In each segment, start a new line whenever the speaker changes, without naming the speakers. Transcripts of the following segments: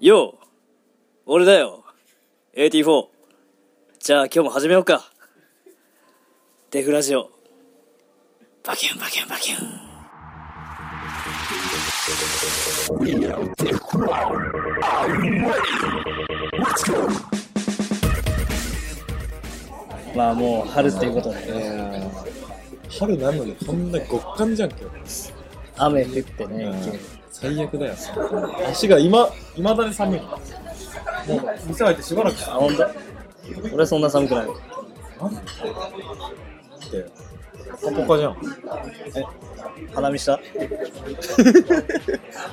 よう俺だよ AT4 じゃあ今日も始めようかデフラジオバキュンバキュンバキュンまあもう春っていうことで
春なのにこんな極寒じゃんけど、
雨降ってね
うん
一気に
最悪だよ足が今いまだに寒いもう店入ってしばらくし
あ本当俺そんな寒くない
なんだってポカポカじゃん
花見した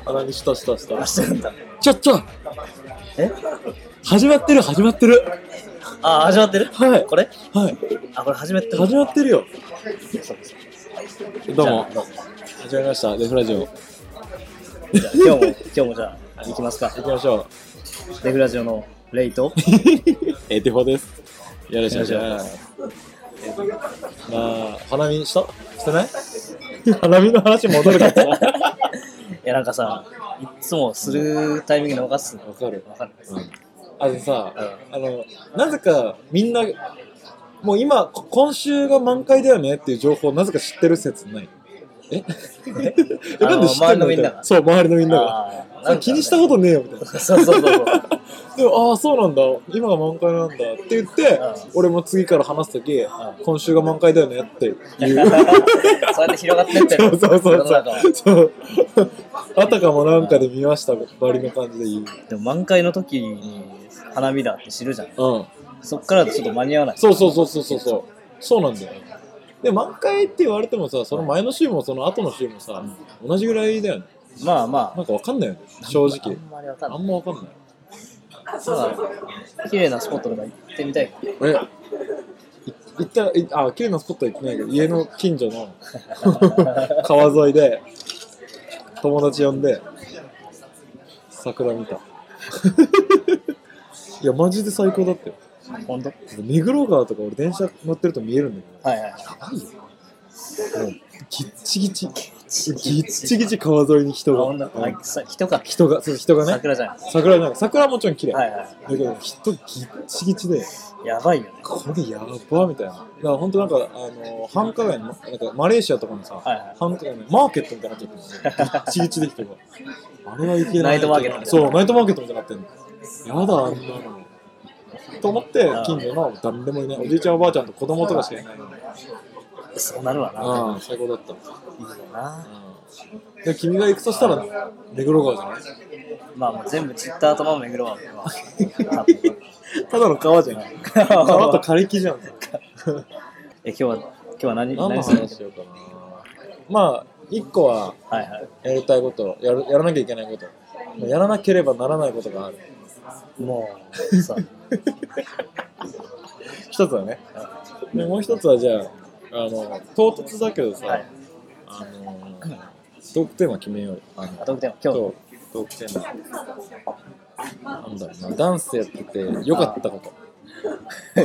鼻にしたしたし
あ
た
してるんだ
ちょっと
え
始まってる始まってる
あ始まってる
はい
これ
はい
あこれ始めてる
始まってるよ
そうそう
どう
じゃ
も
あ
始まりましたデフラジオ行
じゃあ今日も、今日もじゃあ、行きますか。
きましょう
レフラジオのレイ と。
AT4 ですよろしくお願いしますまあ花見したしてない 花見の話戻るから わ
いや、なんかさ、いっつもするタイミング逃すの。
かる
わかる。
うんあのさ、あの、なぜかみんな、もう今、こ今週が満開だよねっていう情報をなぜか知ってる説ないえ えなんで知って
あの周り
ん
の
の
み
み
ん
たい
な
な
が
そう、周りのみんなが。
あー
それ気にしたことねえよみたいな。
と。そうそうそうそう。
でも、ああ、そうなんだ、今が満開なんだって言って
うん、
俺も次から話すとき
ん、
今週が満開だよねって言う。
そうやって広がってって
そう
る。
そうそう
世の中は
そう。そう あたかもなんかで見ましたばりの感じで言う。
でも満開の時に花見だって知るじゃん。
うん。
そっからだとちょっと間に合わない。
そうそうそうそうそうそうそうなんだよで満開って言われてもさその前の週もその後の週もさ、同じぐらいだよね
まあま
な
あ。
んかわかんないよね正
あ
直
んまりわかん
あ
ない。
んまわかんない
そうだね綺麗なスポットとか行ってみたい。
えい行ったいあ綺麗なスポットは行ってないけど家の近所の 川沿いで友達呼んで桜見た いやマジで最高だったよ
ほんと
目黒川とか俺電車乗ってると見えるんだけど
はいはい。
もうギッチギチギッチギチ川沿いに人
あ、
が、
ほんと
うん
あ、さ人か。
人がそう人がね
桜じゃん。
桜なんか桜はもちろん綺麗、
はいは
だけど人ギッチギチで
い。やばいよね。
これやばみたいなだから本当なんかあの繁華街のなんかマレーシアとかのさ、
はいはい
繁華街のマーケットみたいになっちゃってるのギッチギチで人があれはいけない
ナイトマーケットみたいな
そうナイトマーケットみたいになってんのやだあんなのと思って
うん
近所の誰でもいないおじいちゃんおばあちゃんと子供とかしかいないの
そうなるわな。
ああ最高だった
いいよな。
うんで君が行くとしたら目黒川じゃな
まあもう全部散った後の目黒 湾は。
いただの川じゃない川と枯れ木じゃん
え、今日は、今日は何、
何の
何するの
話しようかなまあ一個は
はいはい。
やりたいことやるやらなきゃいけないことまあやらなければならないことがある
もう、さ、
一つはねでもう一つはじゃああの唐突だけどさ、
はい
あのトークテーマ決めようよあの
あ、得点は今日。
そうトークテーマなんだろうなダンスやっててよかったこと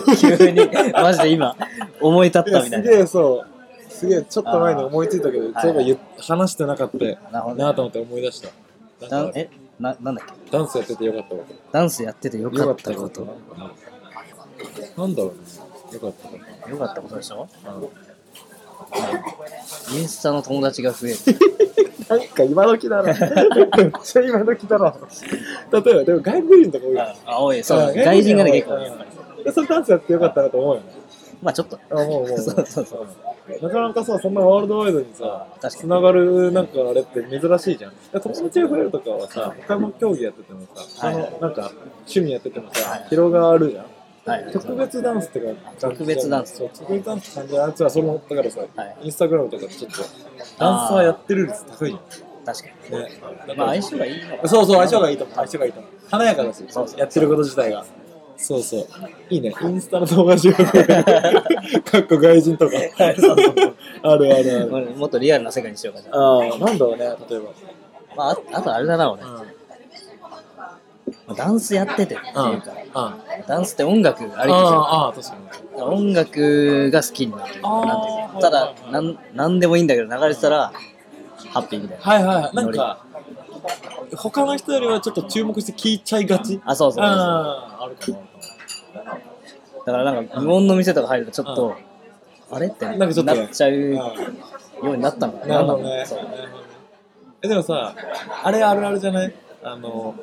急に、マジで今、思い立っ
い
た
や
みたい
す
な。
げえそうすげえちょっと前に思いついたけど
あー
そういえば言っ話してなかった
なるほど
なあと思って思い出したな
なんん
か
え、な、なんだっけ
ダンスやっててよかったこと
ダンスやっててよかった
よか
こ
っ
と。
たことなんだろうねよかったこ
よかったことでしょ
とうん
インスタの友達が増える。
なんか今時だろめっちゃ今時だろ例えばでも外国人とか多いよ
あ、青い、そう、外人がね、結構、やっぱり。
構それダンスやってよかったなと思うよね
まあちょっと。
あもうもうも
そうそうそう
なかなかさそんなワールドワイドにさ
確かに
つながるなんかあれって珍しいじゃん友達が増えるとかはさ他の競技やっててもさ
はい
他のなんか趣味やってても
は
さ
い
広がるじゃん
はい。
特別ダンスってか
特別ダンス
そう特別ダンスって感じあいつはそのだからさ
はい
インスタグラムとかちょっとダンサーやってる率高いよ
確か
ね
に。まあ相性がいいのかな
そうそう相性がいいと思う相性がいいと思う華やかだし
そうそう
やってること自体がそうそういいねインスタの動画中かっこ外人とか
そうそうそう
あるあるある
まあもっとリアルな世界にしようかじゃあ。
ああなんだろうね例え
まあ、ああとあれだな、俺。
ば
ダンスやっててっていう
うん
か、
あ
ダンスって音楽ありきじゃ
ああ確かに
ん。音楽が好きになってる。
あー
なんていうのただ
はい、
なん、なんでもいいんだけど、流れてたら、ハッピーみたいな。
はいはいなんか他の人よりはちょっと注目して聞いちゃいがち
あ、そうそうそうそう
ああーあるかな
だからなんか、無音の店とか入るとちょっと、あれって
なんかちょっとね
なっちゃうよ
あ
うになったのか
ーなるほど
んだろう
ね
そう
えでもさあれあるあるじゃないあの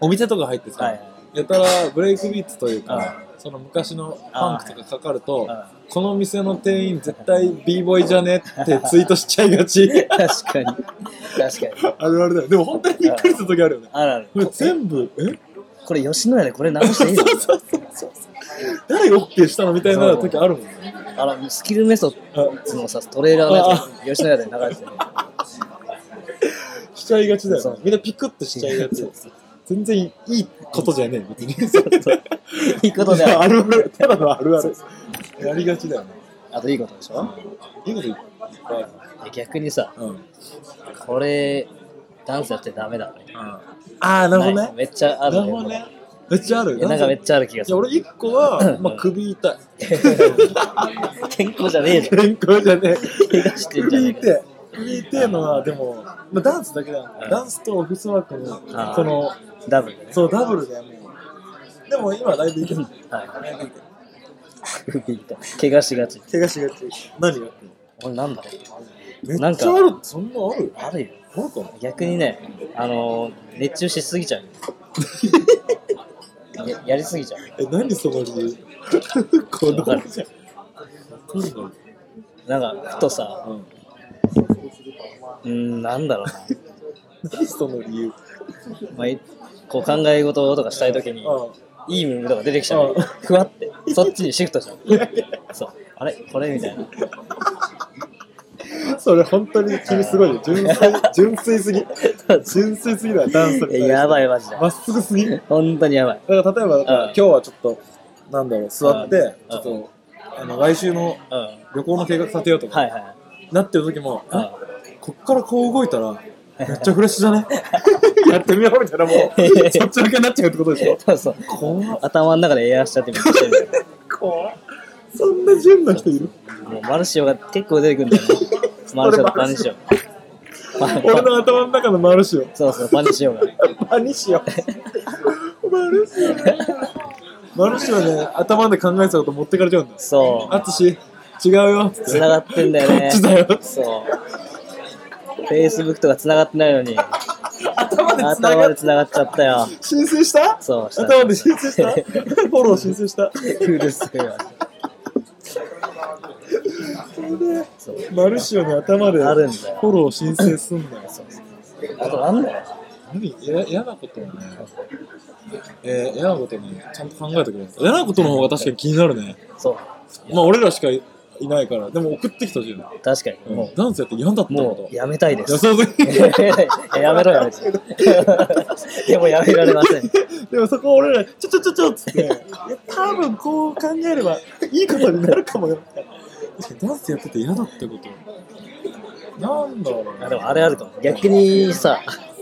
お店とか入ってさ、
はいはい
やたらブレイクビーツというか
あ
その昔のパンクとかかかると
あ
この店の店員絶対 b ボーイじゃねってツイートしちゃいがち
確かに。確かに。
あるあるだよでも本当にびっくりする時あるよね
あらあら
これ全部え
これ吉野家でこれ直していいの
誰が OK したのみたいな時あるもんね
あら、スキルメソッ
あ
ドのさ、トレーラーのやつ、吉野家で流れてる。
しちゃいがちだよ
そう
ねみんなピクッとしちゃいがち
そう
全然いいことじゃねえ別 に
いいことで
あ
ある。
るあるただのあるあるやりがちだよね
あといいことでしょ
いいこといっぱいある
逆にさ、
うん
これ、ダンスやってダメだね。
ああなるほど
ない
ね
めっちゃあ
な
るん
る
だよ
ほどねめっちゃある
いやなんかめっちゃある気が
い
す
や
る。
俺一個は、まあ、首痛い。
健康じゃねえじゃん。
健康じゃ ね
怪我して
え。
んじゃ
首
ねえか
痛い。首痛いのは、でも、まあ、ダンスだけだ
うん
ダンスとオフィスワークの
あ、ー
この、
ダブルでね。
そう、ダブルでもう。でも今、だいぶいける。
は
だいぶいける
い。首痛い怪我しがち。
怪我しがち。何が
俺なんだろ
めっ
なん
ち
か
ゃある。そんなある
うあるよ。
なんか
逆にね、あのー、熱中しすぎちゃうよ。 ややりすぎちゃう。
え、何その理 由子供じゃん。なんだろう
なんか、ふとさ、
うん
うーん、なんだろうな。
何その理由
まあ、いこう考え事とかしたいときに、
あ
いいムーブとか出てきちゃう
う。ん
ふわって、そっちにシフトしち ゃう。そう。あれこれみたいな。
あそれ本当に君すごいね。純粋、純粋 すぎ。純粋すぎだよ、ダンスに対し
い
て
ややばい、マジで。
まっすぐすぎ。だか
本当にやばい。
ら例えば、だから
うん
今日はちょっと、なんだろう、座って、
う
ちょ
ん
っと、あの、来週の
うん。
旅行の計画立てようと
は
か、
いはい。
なってる時も、
うん
あこっからこう動いたら、めっちゃフレッシュじゃね やってみようみたいな、もう、 そっち向けになっちゃうってことでしょ
そうそう。
怖っ
頭の中でエアーしちゃってびっくりしてる。
怖っそんな純な人いる
もうマルシオが結構出てくるんだよ ね。マルシオとパニシオ。パ
俺
パ
の頭の中のマルシオ。
そうそう、パニシオが。
マルシオ。マルシオね。マルシオね、頭で考えてたこと持ってかれちゃうんだよ。
そ
あつし、違うよ。つっ
う。
て
繋がってんだよ
こ
ね
っ。ちだよ。
そう。Facebook とか繋がってないのに、
頭で繋
頭
が
で
る。
繋がっちゃったよ。
申請した
そうした
頭で申請した フォロー申請した。
うるせえよ。そう。
マルシオに頭でフ
あるんだよ
ォロー申請すんなよ。
あとなんだよ。
何や嫌なことはね、えー、嫌なことね、ちゃんと考えてくれる。嫌なことの方が確かに気になるね。
そう。
まあ俺らしかいいないから、でも送ってきたじゃん。
確かに。も
うんダンスやって嫌だった
う、
の
も
と
う、。やめ たいで
い
す。
やそうそう
やめろやめ て。でもやめられません。
でもそこを俺ら、ちょちょちょちょっつって、いや多分こう考えればいいことになるかもよ。確かにダンスやってて嫌だってこと。なんだろう
あ
な。
でもあれあるかも。逆にさ、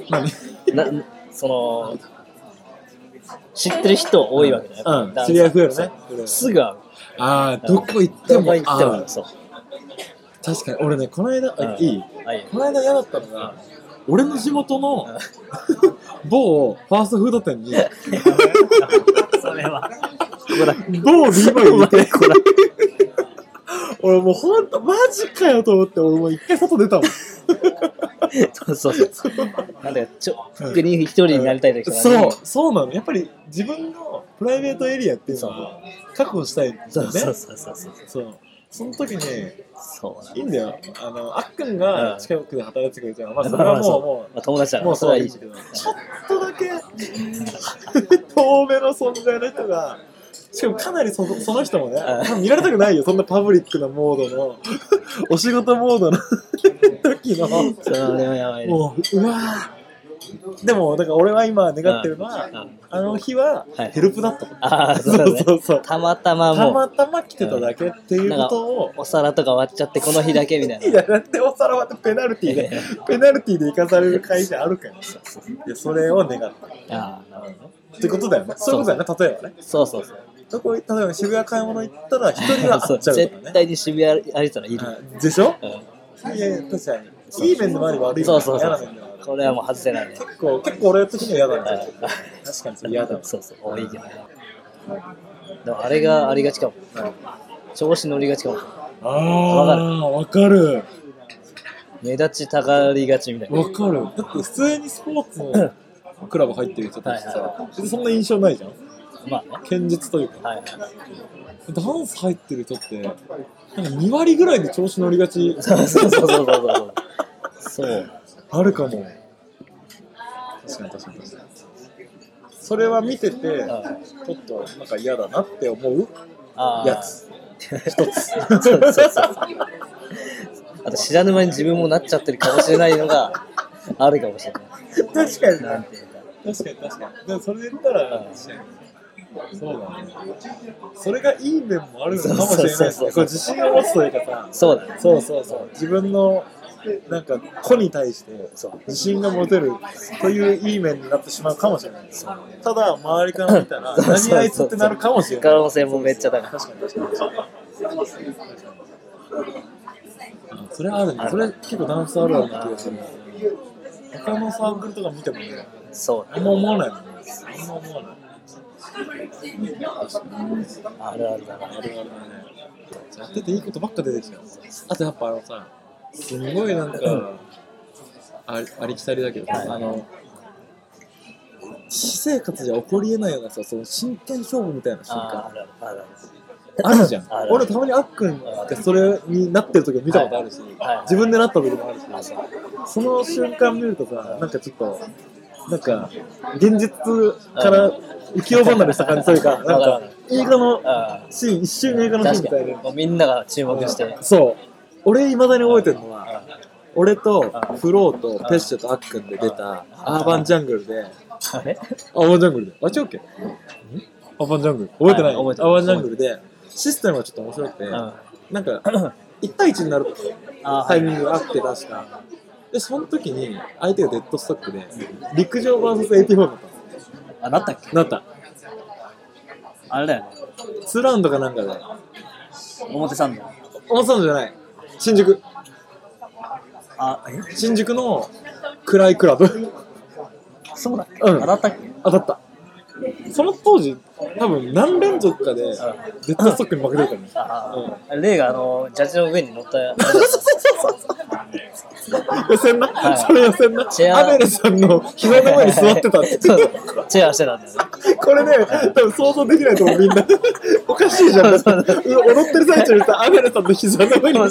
何
なその、知ってる人多いわけだよ。
うん
ダン、ス
知り合い増えるね。
すぐ会う。
ああ、どこ行って
ど
も
こ行って
あ
も。
ー
そう。
確かに、俺ね、この間、あ
うん
いい
あいいよ
この間嫌だったのが、俺の地元の 某ファーストフード店に、
それは。こら。
某リーバイにいて、
こら。
俺もうほんと、マジかよと思って、俺もう一回外出たもん。
そうそうそう。なんだか、ちょ、逆に一人になりたい時とかね
そう、そうなの。やっぱり自分のプライベートエリアっていうのは確保したいんだよね。
そうそうそうそうそう。
そうその時に、
そうなん
いいんだよ。あの、あっくん
う
が
ん
近くで働いてくれてるのまあ、
だ
そ
か
れ
ら
は
ま
も
あ
う、
そう
も
まあ友達だ
う、
か
も
ら、
う
そ
そ
れ
う
はいい
い
い
け
けど
ど、ちょっとだけ、遠目の存在の人が、しかもかなりそその人もね、
う
見られたくないよ、そんなパブリックなモードの、お仕事モードの時の、
それはやばいね。
もう、うわぁ。でも、だから俺は今願ってるのは、
うん
あの日は
はい
ヘルプだったと。
ああ、そうだ
そう
ね。
そうそう。
たまたま
た
もう
ま、たま来てただけっていうことを、
お皿とか割っちゃって、この日だけみたい
い
な。
や、だってお皿はペナルティーで、ペナルティーで生かされる会社あるから。いや、それを願った。
ああ、なるほどね。
ってことだよね。そういうことだよね、例えばね。
そうそうそう。
どこ例えば渋谷買い物行ったら、一人は
そ
会
う
っちゃうと
絶
かね。
対に渋谷歩いてたらいる。
はいでしょ
うん
いやいや、確かに。いい面でもあり悪い面
そ
で
う
も
そう
嫌
そ
な
う
面でもある。
これはもう外せないね。
結構、結構俺的には嫌だね。
確かに
それ嫌だわ
そうそう、多いけどね。でもあれがありがちかも。調子乗りがちかも。
ああ、わかる。
目立ちたがりがちみたいな。
わかる。だって普通にスポーツのクラブ入ってる人たちって
はい
さ、別にそんな印象ないじゃん。
まあね。
堅実というか。
はいはい。
ダンス入ってる人って、なんか2割ぐらいで調子乗りがち
そうそうそうそうそう。そう。
あるかも。確かに確かに確かに。それは見てて、
はい
ちょっとなんか嫌だなって思う
あー
やつ。一つ。
そうそうそう。あと知らぬ間に自分もなっちゃってるかもしれないのがあるかもしれない。
確かに
な。
なん
ていうか。
確かに確かに。でもそれで言ったら、
うん
確かにそうだね。それがいい面もあるのかもしれない
そうそ
です
うそうそう
ね。これ自信を持つというかさ、
そうだね。
そうそうそう。自分のなんか子に対して
そう。
自信が持てるといういい面になってしまうかもしれない。ただ周りから見た ら
そうそうそう
何あいつってなるかもしれない。
可能性もめっちゃ高い。
確かに確かに確かに。それあるね。それ結構ダンスあるあるな気がする。他のサークルとか見てもね、
そう
あんま思わないもんね。あんま思わない。
あるあるだな。
あれはね、やってていいことばっか出てきた。あとやっぱあのさ、すんごいなんか、ありありきたりだけどさ、あの、私生活じゃ起こりえないようなさ、その真剣勝負みたいな瞬
あ
間
あるある
あるじゃん
あ。る
俺たまにあっくんがそれになってる時を見たことあるし、
はいはい
自分でなった時もあるし、
ある。
その瞬間見るとさ、なんかちょっと、なんか、現実から浮世離れした感じというか、なん
わか
か
る、
映画の
あ
シーン、一瞬映
あ
画のシー
確
ンみ
か
たい
に
な。
もうみんなが注目して
うんそう俺いまだに覚えてるのは俺と
うん
フローとペッシュとあっくんで出たアーバンジャングルでア
あれ
ーバンジャングルであ違うっけんアーバンジャングル覚えてない
はい覚えてな
ア
い
ーバンジャングルでシステムがちょっと面白くて
うん。あ
なんか1対1になる
あ
タ
は
イ
い。
ミングがあって確かでその時に相手がデッドストックで陸上 VS84 になったんです
あ、なったっけ
なった
あれだよね。
2ラウンドかなんかで
表参道。
大阪じゃない新宿
あ、え
新宿の暗いクラブ
そうだっけ
うん
当たったっけ
当たったその当時多分何連続かでデッドストックに負けてるからね
ああ、例があの、ジャッジの上に乗ったやつ。
予選な、
はい
それ予選な
チェア
アベレさんの膝の上に座ってたって
そうそう。チェアしてたんだよね。
これね多分想像できないと思うみん なおかしいじゃんだって
そうそう
踊ってる最中にさアベレさんの膝の上に座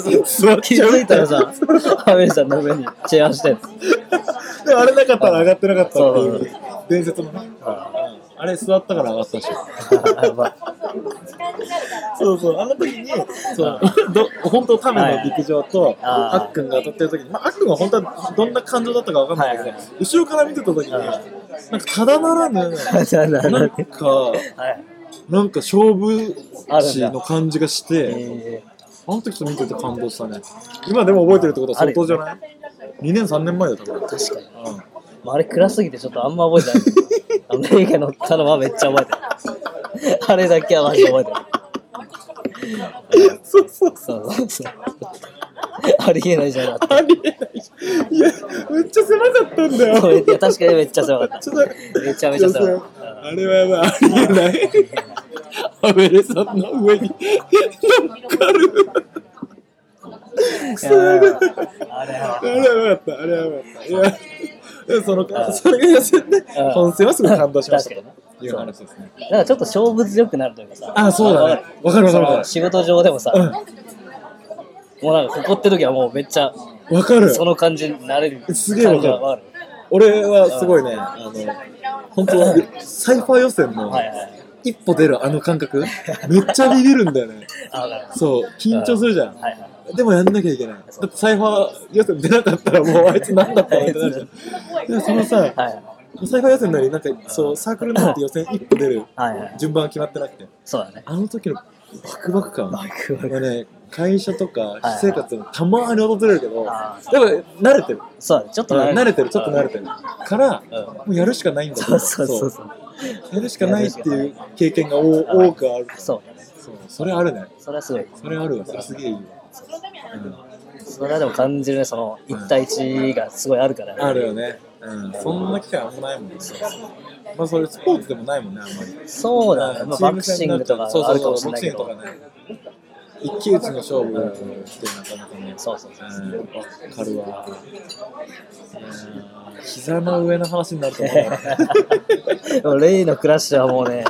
っ
気
ちゃう
づいたらさ、ハメさんの上にチェアしてんの
でもあれなかったら上がってなかったってい
そうそう
う伝説のねあれ座ったから上がったでしょ
あまあ
そうそう、あの時に、そう、ど本当、ための陸上と、
あー
あっくんが当たってる時に、まあ、あっくんは本当はどんな感情だったかわかんないけど、
はいはい
後ろから見てた時に、なんかただならぬ、
なんだ
な
なんん
か
だ、はい。
なんか勝負
あるん
師
だ
の感じがして、
え
あの時ちょっと見てて感動したね。今でも覚えてるってことは相当じゃない ?2 年、3年前だったから。
ー確かに。
うん
まあ、あれ暗すぎてちょっとあんま覚えてないけど。あの、映画乗ったのはめっちゃ覚えてる。あれだけはマジで覚えてる。
そうそうそう。
そうそうそう。ありえないじゃん。だって
ありえないし。いや、めっちゃ狭かったんだ
そう
よ
い。や確かにめっちゃ狭かっ
ち
た。
ょっと
めちゃめちゃ狭かった。
あれはやばい、ありえない。アベレさんの上に乗っかる。
いやあれ
あ
は。
れはやばかった、あれはやばかった。いや、でもその、それが痩せて、
うん
本戦はすごい感動しました
確か
という話ですね。
なんかちょっと勝負強くなるというかさ。
あ、そうだね。わかるわか
そ
るわか
の仕事上でもさ、
うん
もうなんかここって時はもうめっちゃ
る。わかる。
その感じになれる。
すげえわかる
感じはる。
俺はすごいね、あの、本当はサイファー予選の
はいはい。
一歩出るあの感覚、めっちゃビビるんだよね。
あ、わかる。
そう、緊張するじゃん。
はいはい。
でもやんなきゃいけない。だってサイファー予選出なかったらもうあいつ何だったのってなるじゃん。でそのさ、
は
サイファー予選なり、なんかそう、サークルになって予選一歩出る
いはい。はいはい。
順番が決まってなくて、
そうだね。
あの時のバクバク感
バ
が
クバク
ね、会社とか私生活にたまに訪れるけど、や
あ
っぱ慣れてる。
そうだね。ちょっと
うん慣れてる、ちょっと慣
る。
れてる。から、
うん
もうやるしかないんだけ
そ
ど
うそうそう
そ
そう。
うやるしかないっていう経験が多多くある。
そうだね。
そう、それあるね。
それはすごい。
それあるわ、それすげえいいわ。うん
それはでも感じるね、その一対一がすごいあるから。
あるよね。うん、そんな機会あんまないもんね。まあ、それスポーツでもないもんね、あんまり。
そうだね、まあ、
チー
ボ
ム
ク
戦
シ
に
ン
な
グ
っちゃ
と
う
か
そう
あるか
そう
も
そ
し
う、
れ
ボ
ないけ
クシングと
ど、
かね。一騎打ちの勝負ってなかなかね。
そうそうそうう。
ん、わかるわ。うん膝の上の話になると 思うな。
でもレイのクラッシュはもうね、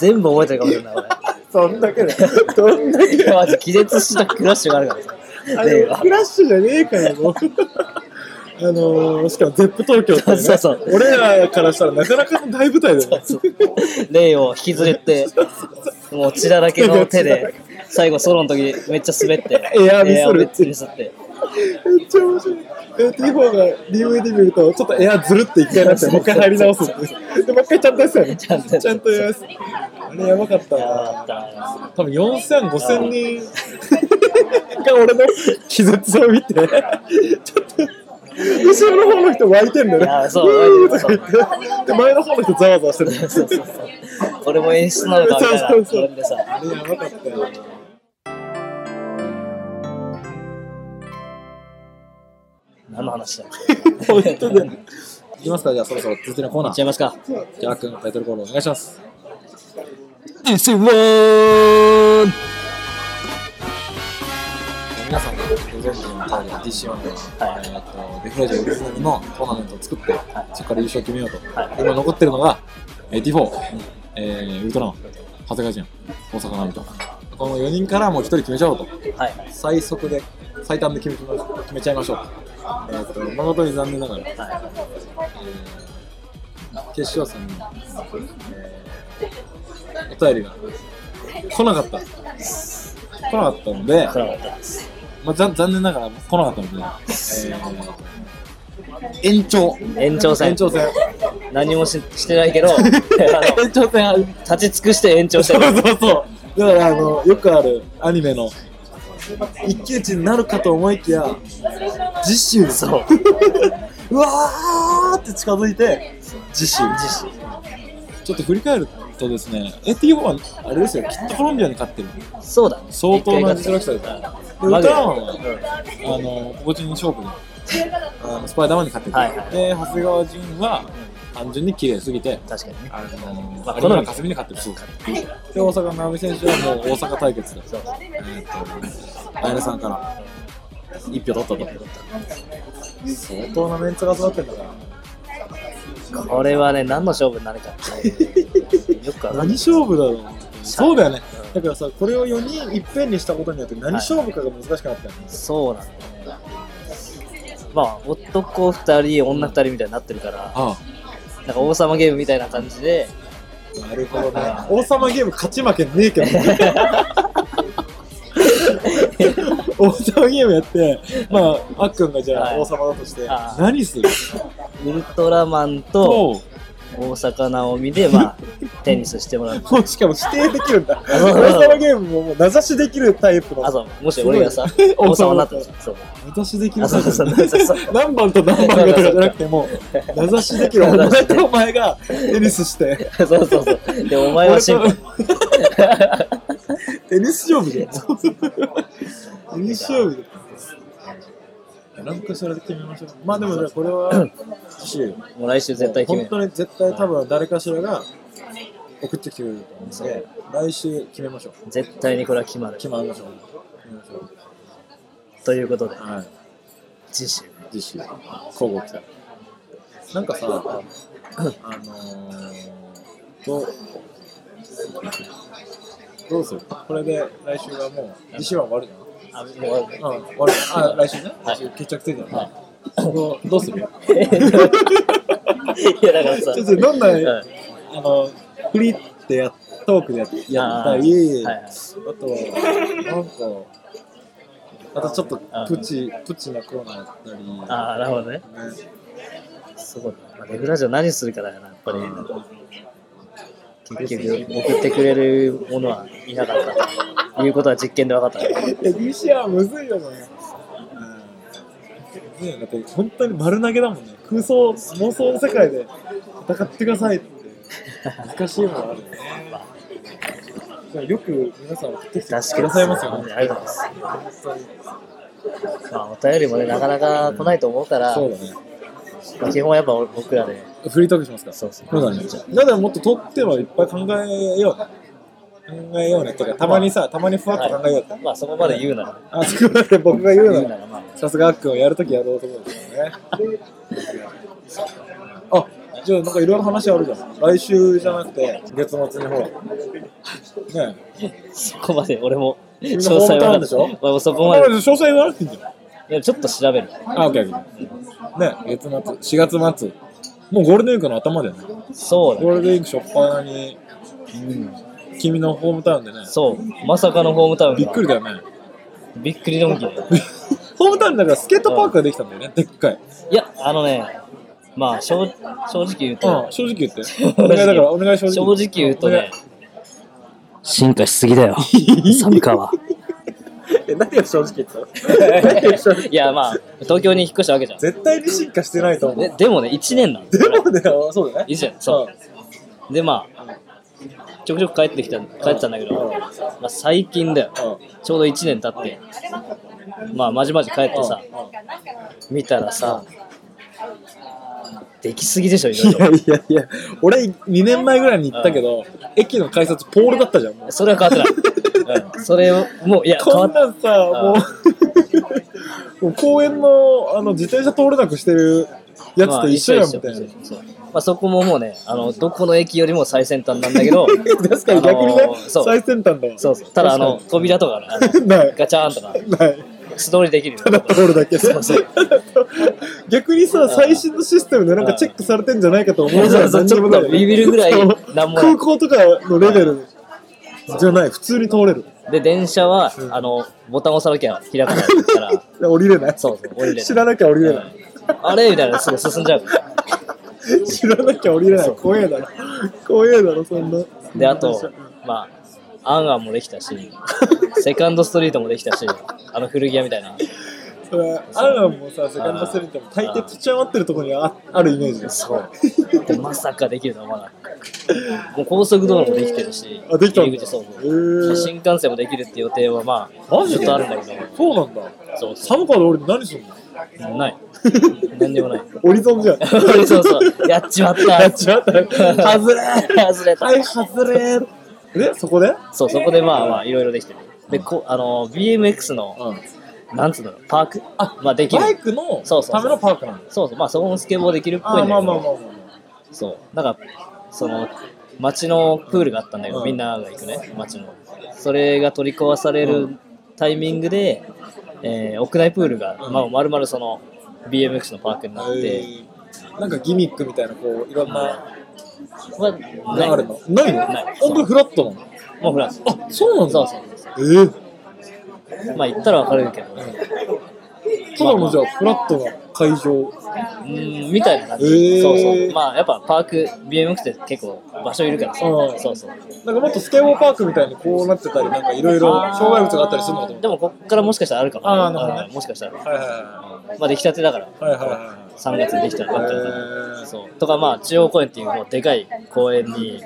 全部覚えてるかもしれない、俺。
そんだけだ。どんだけ
いやマジ気絶したクラッシュがあるからさ。
あ
レイ
れ、
は
フラッシュじゃねえかよ、もうあのー、しかも、ゼップ東京って、ね、
そうそう
俺らからしたらなかなかの大舞台だよね。
レイを引きずれて、もう血だらけの手で、最後ソロの時めっちゃ滑って、
エアミスるって
ミスって。
めっちゃ面白い。T4 が DVD 見ると、ちょっとエアずるって一回なって、もう一回入り直すっていう。で、もう一 回ちゃんとやってたよね。
ちゃんとやってた
やってたあれ、やばかったな。
あった
多分4000、5000人が俺の気絶を見て、ちょっと。後ろの方の人湧いてんだよね。
いやそう
うーとか言って。で、前の方の人ざわざわしてる。
そうそうそう。これも演出なのかみたいな。
そうそうそ
そ
う
れでさ。
あれやばかったよ。
何の話だ
本当だね。いきますか、じゃあそろそろ続きのコーナ
いっちゃ
ー。
いますか。
じゃあ、くんタイトルコールお願いします。
This is one!
皆さんがご存知の通り、DC1 で、
はい
えー、とデフロージオリジナルのトーナメントを作って、そこから優勝を決めようと。
はい
今残ってるのが、84、えー、ウルトラマン、長谷川潤、大阪直美と。この4人からもう1人決めちゃおうと。
はい。
最速で、最短で決め決めちゃいましょうと。えー、と誠に残念ながら、え
は
ー決勝戦に、えーお便りが来なかった。来なかったので
い。、暗かったです。
まあ、ざ残念ながら来なかったので、えー延長
延長戦
延 長戦
何もししてないけ ど、あの
延長戦ある
立ち尽くして延長
そ
戦
う。そうそうだからあのよくあるアニメの一騎打ちになるかと思いきや次週
そう
うわーって近づいて次週
自身。
ちょっと振り返るとですね AT4 はあれですよきっとコロンビアに勝ってる
そうだね。
相当な実力者です
うん
でウルトラマン
マグネ
はあの個人勝負であのスパイダーマンに勝ってる、
はいはい
で長谷川潤は単純に綺麗すぎて
確かにね。
あのー、
まあ
有村架純に勝ってる。そうで、大阪直美選手はもう大阪対決で、
そうそう。
えーと、あやねさんから一票取ったと。相当なメンツが集まってんだから。
これはね、何の勝負になるかって、よくわかんない
何勝負だろう。そうだよね。だからさ、これを4人いっぺんにしたことによって何勝負かが難しくなったよね。
そうなんだよね。まあ、男2人、女2人みたいになってるから、
あ
なんか王様ゲームみたいな感じで、
あ、なるほどね。王様ゲーム勝ち負けねえ けどね。王様ゲームやって、まあ、あっくんがじゃあ王様だとして
あ、ー
何する
ウルトラマンと
もう
大阪なおみで、まあ、テニスしてもらう。
もうしかも否定できるんだ。
あそう
王様ゲームももう名指しできるタイプの。
あ、そう、もし俺がさ
すごいね、
王様になったらさ、そう。
名指しでき
あ、
るタ
そうそ
イプ
うそうそう。
何番と何番がとかじゃなくても、名指しできる。お前とお前がテニスして、
そうそうそう。で、お前は審判。
テニス勝負じゃん。テニス勝負じゃん。なんかそれで決めましょう。まあでもじゃあこれは、次週
もう来週絶対決め
本
る。
当に絶対多分誰かしらが送ってきてくれると思うので、来週決めましょう。
絶対にこれは決まる。
決まりましょう。決めましょ
ということで
う。、はい。
次週。
次週交互期待なんかさあのー、どうどうするこれで来週はもう次週は終わるじ
あ、もう
ゃんうん終わるあ来週ね、
はい
来週決着ついたの、どうどうする
い やだからさ、
ちょっとどんな、
うん
あのフリーってやトークでややっ
あーは
たり
いはい
あとはなんかまたちょっとプチプチなコーナーやったり
ああ、なるほどね。
ね
そうだ。まあレフラジオ何するかだよな、やっぱり。結局、送ってくれるものはいなかったということは実験で分かった ね。
いや、DC はむずいよね。うん。ねだって、本当に丸投げだもんね。空想、妄想の世界で戦ってくださいって。難しいものあるよね。じゃあよく皆さん送ってきてくだ
確かに。
さいますよね。
ありがとうございます。まあ、お便りもね、なかなか来ないと思うから、
そうだね。
基本はやっぱ俺僕らで、
フリートークしますか
そうそう
そうだねだからもっと撮ってはいっぱい考えようね考えようねっていうかたまにさたまにふわっと考えようって
まあそこまで言うなら、
あそこまで僕が言う
言う
な
な
ら
らまあ、
さすがあっくんをやるときやろうと思うんですよねあじゃあなんかいろいろ話あるじゃん来週じゃなくて月末にほらねえ
そこまで俺も
ん
詳
なホー
細
ムタウン
は
でしょ
まあ、そこ
ま
ま
だ
で
詳細言わなくていいんじゃない
いやちょっと調べる
あ、オッケーオッケー。ね、月末、4月末。もうゴールデンウィークの頭だよね。
そうだ
ゴ
ね
ールデンウィーク初っ端に、君のホームタウンでね。
そうまさかのホームタウンが
びっくりだよね。
びっくりドンキーだよ
ホームタウンだからスケートパークができたんだよね、でっかい。
いやあのねまあ正正直言う
う
と
ん、、正直言って。お願いだから、お願い正直。
正直言うとね
進化しすぎ だよ寒川
え、何が正直言ったの何が正 直
いやまあ東京に引っ越したわけじゃん
絶対に進化してないと思
で
う。
でもね1年なんだ
でもね、そうだね。
以前そううでまあちょくちょく帰ってきた帰ってたんだけ
うん
ど、まあ、最近だよ
ん。うん
ちょうど1年経ってまあまじまじ帰ってさ見たらさできすぎでしょいろい
いや
ろ
いやいや、俺2年前ぐらいに行ったけど、駅の改札ポールだったじゃん、もう。
それは変わってない、うん、それをもういや変わ
こ
っ
んなんさ、もう、もう 公園のあの自転車通れなくしてるやつと一緒やんみたいな。
まあ、一緒そうまあ、そこももうねあのどこの駅よりも最先端なんだけど
確かに逆に
あ
ね
の、ーそう
最先端だわ。
そうそうただあの扉とかあの
ない、
ガチャーンとか
ない。
素通りできるよ
ただ通るだけ
そうそう
逆にさ、最新のシステムでなんかチェックされてんじゃないかと思うじゃん。
そうそう
何にもない
ちょっとビビるぐらいなんもない
空港とかのレベルじゃない、普通に通れる。
で電車は、あのボタン押さなきゃ開かない から
降りれない。
そうそう降りれない
知らなきゃ降りれない。
あれみたいなすぐ進んじゃう
知らなきゃ降りれない。怖えだろ。怖えだろ、そんな。
であとまあアンアンもできたしセカンドストリートもできたしあの古着屋みたいな
それアンアンもさセカンドスリートも大抵立ち上がってるところにああるイメージです
そうでまさかできるとは思わなかったもう高速道路もできてるし
あできたんだ
入り口そうそう
へー
新幹線もできるって予定はま
マ
あ
ジ
ちょ
で
っとあるんだけ
そうなんだ
どそうそ
寒川で降りて何すんの
うない何にもない
折り損じゃん
そうそうやっちまった
やっちまった 外れ
外れた
はい外れでそこで
そう、そこでまあまあいろいろできてる。で、こあの、BMX の、なんつうの、パーク
あ
まあできる
バ。イクの
そうそう
ためのパークなんだ
そうそう、まあそこもスケボーできるっぽ
あ
い
ー
んだ
まあ
け
まあまあま
ど、
あ
そう、なんか、その、町のプールがあったんだけ
う
ど、
ん
みんなが行くね、町の。それが取り壊されるタイミングで、えー屋内プールが、まあまるまるその、BMX のパークになって、
えーなんかギミックみたいなこういろんな
まあ、
のがあるのないの
ない
本当にフラットなの
もうフランス。
あそうなんだ
そうそう
えー
まあ行ったらわかるけど、
ただのじゃあフラットな会場
うんみたいな感じ、
へー
そうそうまあやっぱパーク BMX って結構場所いるからさ、
うん
そうそう
なんかもっとスケボーパークみたいにこうなってたり、なんかいろいろ障害物があったりするのかと思
で
った。
もこっからもしかしたらあるかも
あーなるほどね
うんもしかしたら、
はいは
まあ出来たてだから
いはい。はいはいは
3月にできたらだった
へ
ら
ー
そうとかまあ中央公園っていうもうでかい公園に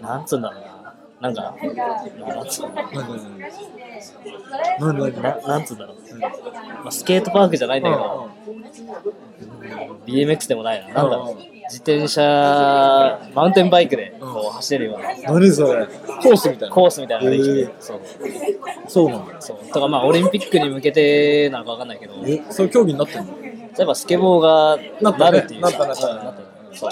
なんつうんだろうななんかなんつうの
い。なんでなんで
ななんつうんだろう、まあ、スケートパークじゃないんだけど、BMX でもないななんだろう、
うん
自転車マウンテンバイクでこう走れるような
何それコースみたいな。
コースみたいなのができて、
へー
そう
そうなんだ。
そうとかまあオリンピックに向けてなのかわかんないけど例
え、そういう競技になってんの
えばスケボー
な
が
った
な
ね
るっていう
なったなった
うんるそう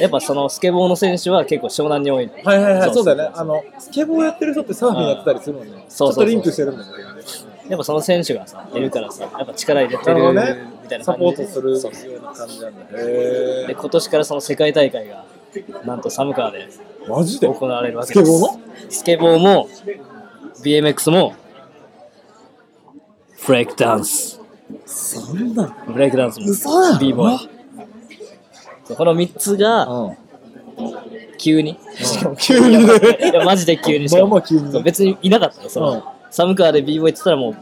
やっぱそのスケボーの選手は結構湘南に多い
はいはいはい、そうだよね。
そ
あの、スケボーやってる人ってサーフィンやってたりするもんね。ち
そ
ょ
う
っ
そうそう
とリンクしてるんだよね。
うやっぱその選手がさいるからさやっぱ力入れて
な
る
るほど
みたいな感じ
ね。
で
サポートする
そう
ような感じなんだ。へ
で今年からその世界大会がなんと寒川で
ー。マジで
行われるわけ
ス
で
ケ
す
ボーの
スケボーも BMX も
ブレイクダンス
そんな。
ブレイクダンスも
嘘やろ
b ボーイそうこの3つが
うん。
急に、しかも
急にね。
いや、マジで急にしかも
まあまあ急に
そう別にいなかったよ、その、
うん
サムカーで b ボーイって言ったらもう、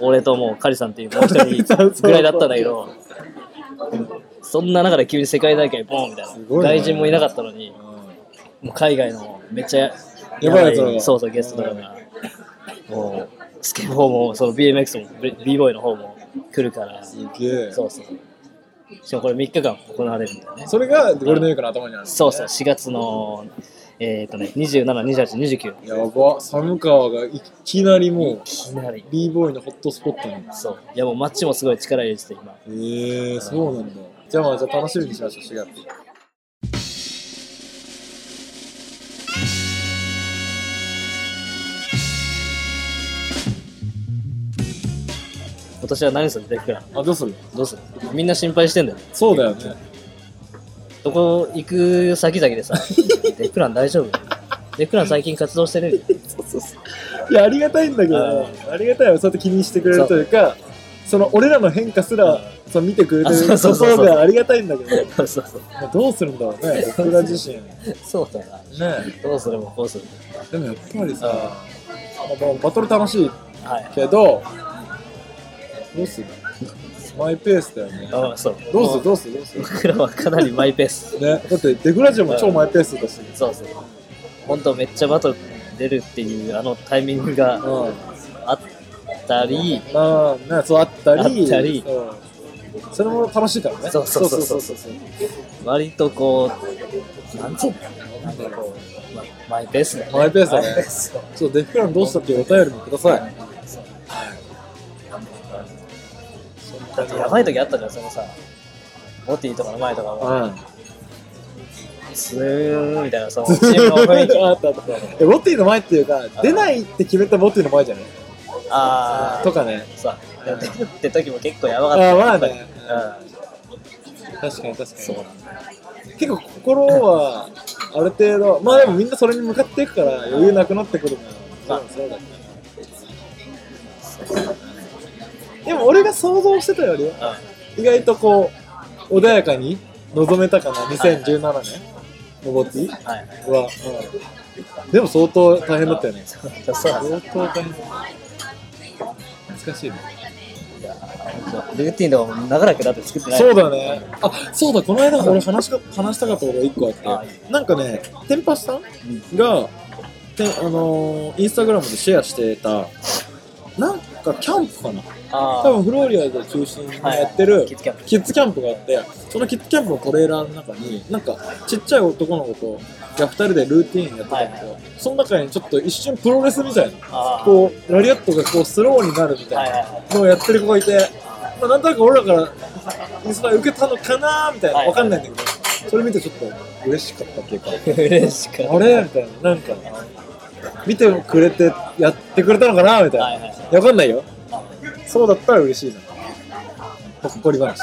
俺ともうカリさんっていうもう一人ぐらいだったんだけど、そんな中で急に世界大会ボーンみたいな、
すごいね
外人もいなかったのに、もう海外のめっちゃ
やばいやつらが
そうそう、ゲストとかが、もう、スケボーも、その BMX も、b ボーイの方も来るから、
すげえ。
そうそう。しかもこれ3日間行われるんだよね。
それがゴールデンウィークの頭にある、
そうそう、4月の、えっ、とね、27、28、29。い
やば寒川がいきなりもう
きなり。
b ボーイのホットスポットに
そう。いや、もう街もすごい力入れてて、今。
ええー、そうなんだじゃあまあじゃあ楽しみにしましょう4月
今年は何するデフクラン。
あどうする
どうするみんな心配してんだよ。
そうだよね
どこ行く先々でさ、 デフラン大丈夫デフラン最近活動してる
いやありがたいんだけどねありがたいよそうやって気にしてくれるというかその俺らの変化すら、その見てくれて
あそ
る
うそう
とこ
そうそう
ろではありがたいんだけど、
そうそう そう。
まあどうするんだろうね僕ら自身ね
そうだな。どうすればこうする
でもやっぱりさ、まあまあバトル楽しい
はい。
けどどうするマイペースだよね
あそう。
どうするどうするどうする
僕らはかなりマイペース。
ね、だってデグラジオも超マイペースだし、
そうそう。本当めっちゃバトル出るっていうあのタイミングが
うん、
あったり、
まあね、そうあったり、
あったり
うん、それも楽しいからね。
そうそうそうそう
そう
割とこう、なんつうのなんかこう、ま、マイペースだよね。
マイペースだ
マイペ
ね
ー。スだ
そう、デフクランどうしたっていうお便りもください。
だってやばい時あったじゃん、そのさ、ボティとかの前とかも、
うん。
スーみたいな、そのチームの雰囲気。
あったあった。え、ボティの前っていうか、出ないって決めたボティの前じゃない
あ
とかね。
ー、さ、出るって時も結構やばか
あ
った。
まあね。
うん
確かに確かに。
そうなんだ。
結構心は、ある程度、まあでもみんなそれに向かっていくから余裕なくなってくるから。そうそうだねでも俺が想像してたよりは、
うん
意外とこう穏やかに臨めたかな2017年のボティ
はいはい。
は、うんでも相当大変だったよね
そうそうなんだ
相当大変だった懐かしいね
ルーティンとかも長らくだって作ってない
そうだねあそうだこの間俺話しか話したかったことが1個あ
あ
っ
いい
てなんかねテンパさんがてあのーインスタグラムでシェアしてたなんかキャンプかな
あ
多分フローリアで中心にやってる
キッズキャンプ
キッズキャンプがあってそのキッズキャンプのトレーラーの中になんかちっちゃい男の子とが2人でルーティーンやってたんだけど、その中にちょっと一瞬プロレスみたいな
あー
こうラリアットがこうスローになるみ
は
た
い
い
はい
なのをやってる子がいて、まあ、なんとなく俺らからインスパイア受けたのかなーみたいな
はい
わかんないんだけどそれ見てちょっと嬉しかったっていうか
はい嬉しかった
あれみたいななんか見てくれてやってくれたのかなみたいな、
はいはいはい
わかんないよそうだったら嬉しいなほっこり話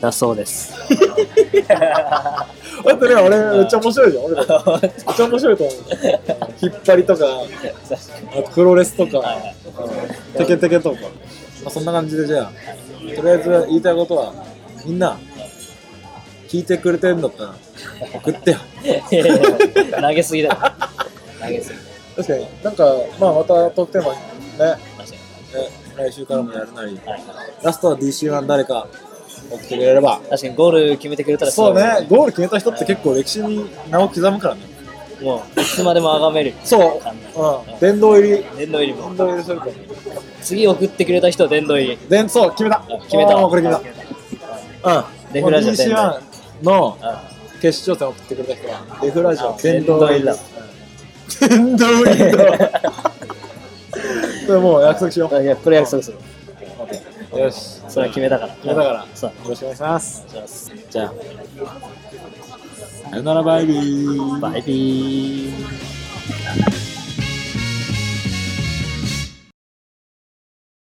だそう です
だってね俺めっちゃ面白いじゃん俺らめっちゃ面白い と思う引っ張りとかあとプロレスとか
はいはい
うんテケテケとか、まあ、そんな感じでじゃあとりあえず言いたいことはみんな聞いてくれてんだったら送ってよ
投げすぎだ投げすぎ
確かになんかまあまたトークテーマね
確かに
ね来週からもやるなり
はいはい
ラストは DC1 誰か送ってくれれば
確かにゴール決めてくれたらす
そ
ご
う
い
ね、ゴール決めた人って結構歴史に名を刻むからね。
もういつまでも崇める
そう、うん、殿堂入り、
殿堂入りも
殿堂入りするから。
次送ってくれた人殿堂入り
殿そう、決めた。
あ決めた
おーこれ決めた。うん。
デフラジオ殿堂入
DC1 の
あ
決勝戦を送ってくれた人は、デフラジオ
あ
殿堂入りだ。殿堂入りだ。 それもう約束しよう。
いやこれ約束する
よし。
それは決めたから決
めたから
そう
よろしくお願いします。
じゃあじゃ
さよなら、バイビー。
あバイビー